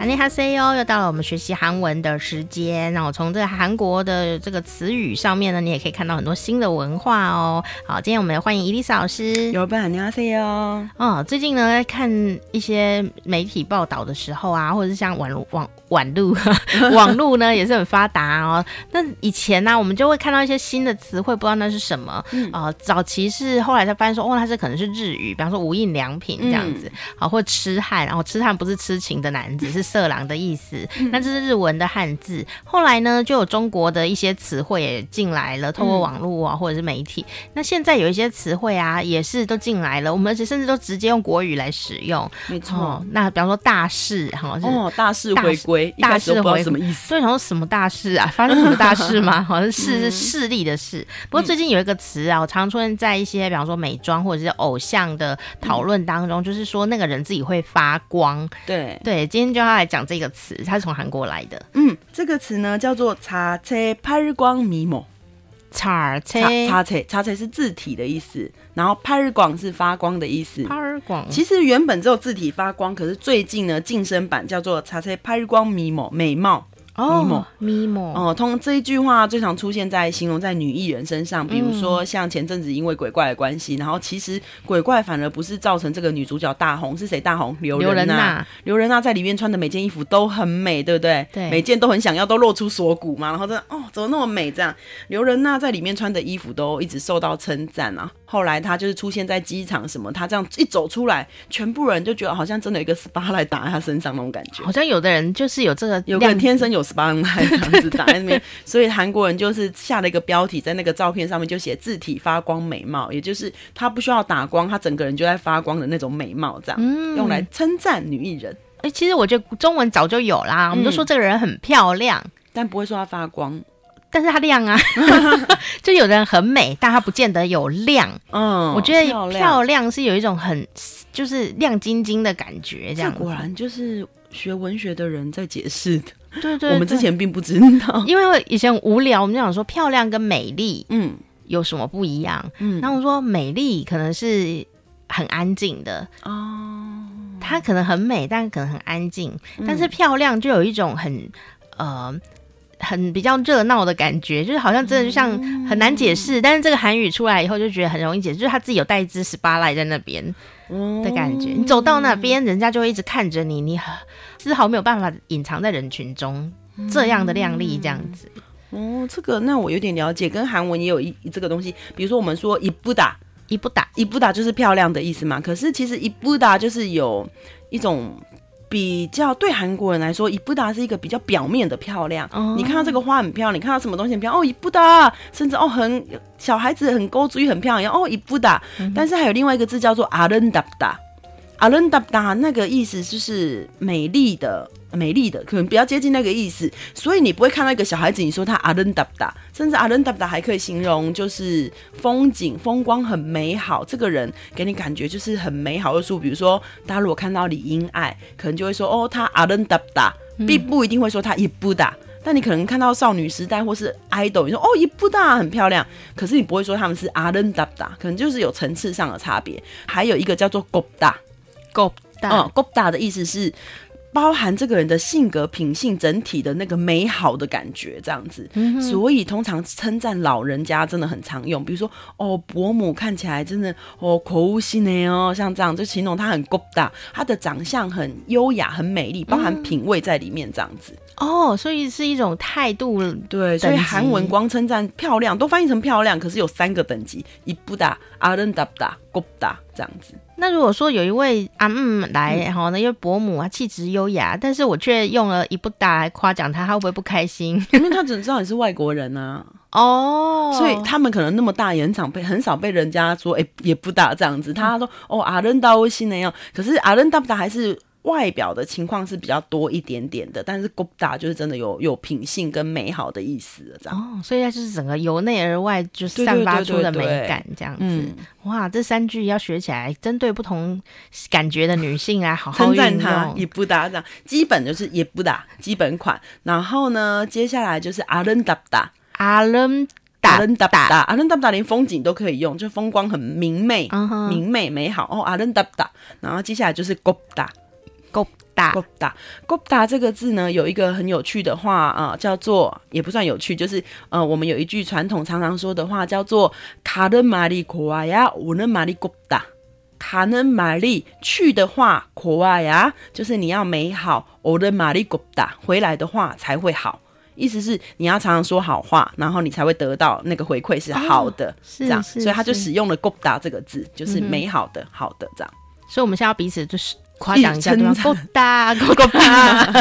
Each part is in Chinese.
안녕하세요，又到了我们学习韩文的时间。那我从这个韩国的这个词语上面呢，你也可以看到很多新的文化哦。好，今天我们欢迎伊丽莎老师。 여러분 안녕하세요.哦，最近呢，在看一些媒体报道的时候啊，或者是像网络网网路网路呢，也是很发达哦。那以前呢、我们就会看到一些新的词汇，不知道那是什么。嗯啊，早期是后来才发现说，哦，它是可能是日语，比方说无印良品这样子，好、或痴汉，然后痴汉不是痴情的男子，是色狼的意思，那这是日文的汉字。后来呢，就有中国的一些词汇也进来了，透过网络啊、或者是媒体，那现在有一些词汇啊，也是都进来了，我们而且甚至都直接用国语来使用。哦，那比方说大事，哈、哦是。哦，大事回归，大事-大事回归。一开始都不知道什么意思。所以想说什么大事啊？发生什么大事吗？ 好像是是嗯势力的事。不过最近有一个词啊，我常出现在一些比方说美妆或者是偶像的讨嗯论当中，就是说那个人自己会发光。对，对，今天就要来讲这个词，它是从韩国来的。嗯，这个词呢叫做茶车拍光迷蒙， 차체 茶茶车茶车是字体的意思，然后拍日光是发光的意思。 파광 其实原本只有字体发光，可是最近呢晋升版叫做茶车拍日光迷蒙美貌。哦미모 哦、通这一句话最常出现在形容在女艺人身上，比如说像前阵子因为鬼怪的关系，然后其实鬼怪反而不是造成这个女主角大红，是谁大红？刘刘仁仁娜。娜刘仁娜在里面穿的每件衣服都很美，对不对？对每件都很想要，都露出锁骨嘛。然后真的哦，怎么那么美这样？刘仁娜在里面穿的衣服都一直受到称赞啊。后来她就是出现在机场什么，她这样一走出来，全部人就觉得好像真的有一个 SPA 来打在她身上那种感觉好。像有的人就是有这个有个亮人天生有 SPA 来这样子打在那边，所以韩国人就是下了一个标题，在那个照片上面就写“字体发光美貌”，也就是她不需要打光，她整个人就在发光的那种美貌，这样、嗯用来称赞女艺人。哎、其实我觉得中文早就有啦，嗯我们都说这个人很漂亮，但不会说她发光，但是她亮 啊，就有的人很美，但她不见得有亮。嗯，我觉得漂亮，漂亮是有一种很就是亮晶晶的感觉，这这样果子然就是学文学的人在解释的，对对对，我们之前并不知道。因为以前无聊，我们就想说漂亮跟美丽嗯有什么不一样？嗯，然后我说美丽可能是很安静的，哦，嗯她可能很美，但可能很安静，但是漂亮就有一种很呃。很比较热闹的感觉，就是好像真的就像哦很难解释，但是这个韩语出来以后就觉得很容易解释，就是他自己有带一只 SPA 赖在那边，的感哦觉。你走到那边，人家就会一直看着你，你丝毫没有办法隐藏在人群中。这样的靓丽，这样子，哦，这个那我有点了解，跟韩文也有一这个东西，比如说我们说“一不打”。一不打，伊布达就是漂亮的意思嘛。可是其实伊布达就是有一种比较对韩国人来说，伊布达是一个比较表面的漂亮。哦你看到这个花很漂亮，你看到什么东西很漂亮，哦，伊布达，甚至哦很小孩子很勾追很漂亮，哦，伊布达。但是还有另外一个字叫做阿伦达达。阿伦达达那个意思就是美丽的，美丽的，可能比较接近那个意思，所以你不会看到一个小孩子，你说他阿伦达达，甚至阿伦达达还可以形容就是风景风光很美好，这个人给你感觉就是很美好的书。比如说，大家如果看到李英爱，可能就会说哦，他阿伦达达，并不一定会说他伊布达。但你可能看到少女时代或是 idol，你说哦伊布达很漂亮，可是你不会说他们是阿伦达达，可能就是有层次上的差别。还有一个叫做狗达，够大嗯，，g o p d a 的意思是包含这个人的性格、品性整体的那个美好的感觉，这样子。所以通常称赞老人家真的很常用，比如说哦，伯母看起来真的哦口无心呢哦，像这样就形容她很 g o p d a 她的长相很优雅、很美丽，包含品味在里面，这样子。哦，所以是一种态度，对，所等以级韩文光称赞漂亮都翻译成漂亮，可是有三个等级：一布达、阿伦达布达、g o p d a 这样子。那如果说有一位阿姆来，嗯然后呢，因为伯母啊气质优雅，但是我却用了一不打来夸奖她，她会不会不开 心？因为他只知道你是外国人啊，哦，所以他们可能那么大也很常被很少被人家说，哎、也不大这样子。他说哦，阿伦达欧西那样，可是阿伦达不达还是外表的情况是比较多一点点的，但是 g o p d a 就是真的有有品性跟美好的意思了，这样。哦，所以它就是整个由内而外就对对是散发对出的对美对感这样子。嗯，哇，这三句要学起来，针对不同感觉的女性啊，好好称运赞它用。也不搭这样，基本就是也不搭基本款。然后呢，接下来就是阿伦达达，阿伦阿达，伦达达，阿伦达达连风景都可以用，就风光很明媚、嗯哼，明媚美好哦，阿伦达达。然后接下来就是 g o p d a 够大 g，o p d a g o p d a 这个字呢，有一个很有趣的话啊、呃叫做也不算有趣，就是呃，我们有一句传统常常说的话，叫做卡伦玛丽科瓦呀，我能玛丽 g o p d a 卡能玛丽去的话，科瓦呀，就是你要美好，我的玛丽 g o p d a 回来的话才会好。意思是你要常常说好话，然后你才会得到那个回馈是好的，是这样。是，所以哦他就是嗯使用了 g o p d a 这个字，就是美好的、好的这样。所以我们现在要彼此就是夸奖一下对一方直，称够大， 够够大，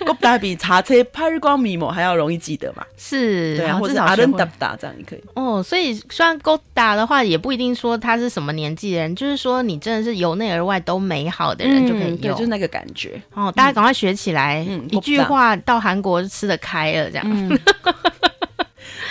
国大比查车帕日光米某还要容易记得嘛？是，对然啊，后或至者少阿学伦会达达这样也可以。哦，所以虽然勾搭的话，也不一定说他是什么年纪的人，就是说你真的是由内而外都美好的人就可以嗯对，用。就是那个感觉。哦，大家赶快学起来，嗯一句勾搭话到韩国就吃得开了，这样。嗯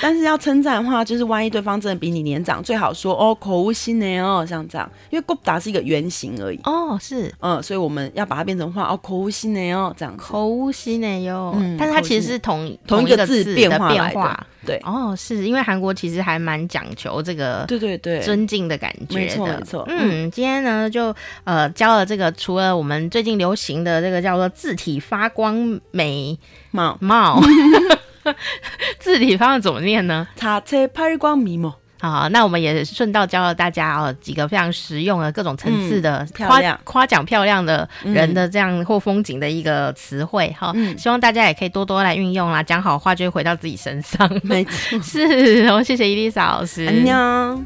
但是要称赞的话，就是万一对方真的比你年长，最好说哦口无心呢哦，像这样，因为国达是一个原型而已。哦，是嗯，所以我们要把它变成话哦口无心呢哦这样子。口无心呢哟，嗯但是它其实口无心是同同一一个字字变的化变来的化。对哦，是因为韩国其实还蛮讲求这个对对对，尊敬的感觉的，没错没错嗯，今天呢就呃教了这个，除了我们最近流行的这个叫做字体发光美嘛 帽，字体发光怎么念呢？查车帕日光米某，好，那我们也顺道教了大家哦几个非常实用的各种层次的、嗯漂夸亮夸奖漂亮的人的这样或风景的一个词汇哈、嗯希望大家也可以多多来运用啦，讲好话就会回到自己身 上。没错。是，我们谢谢伊丽莎老师，安妞。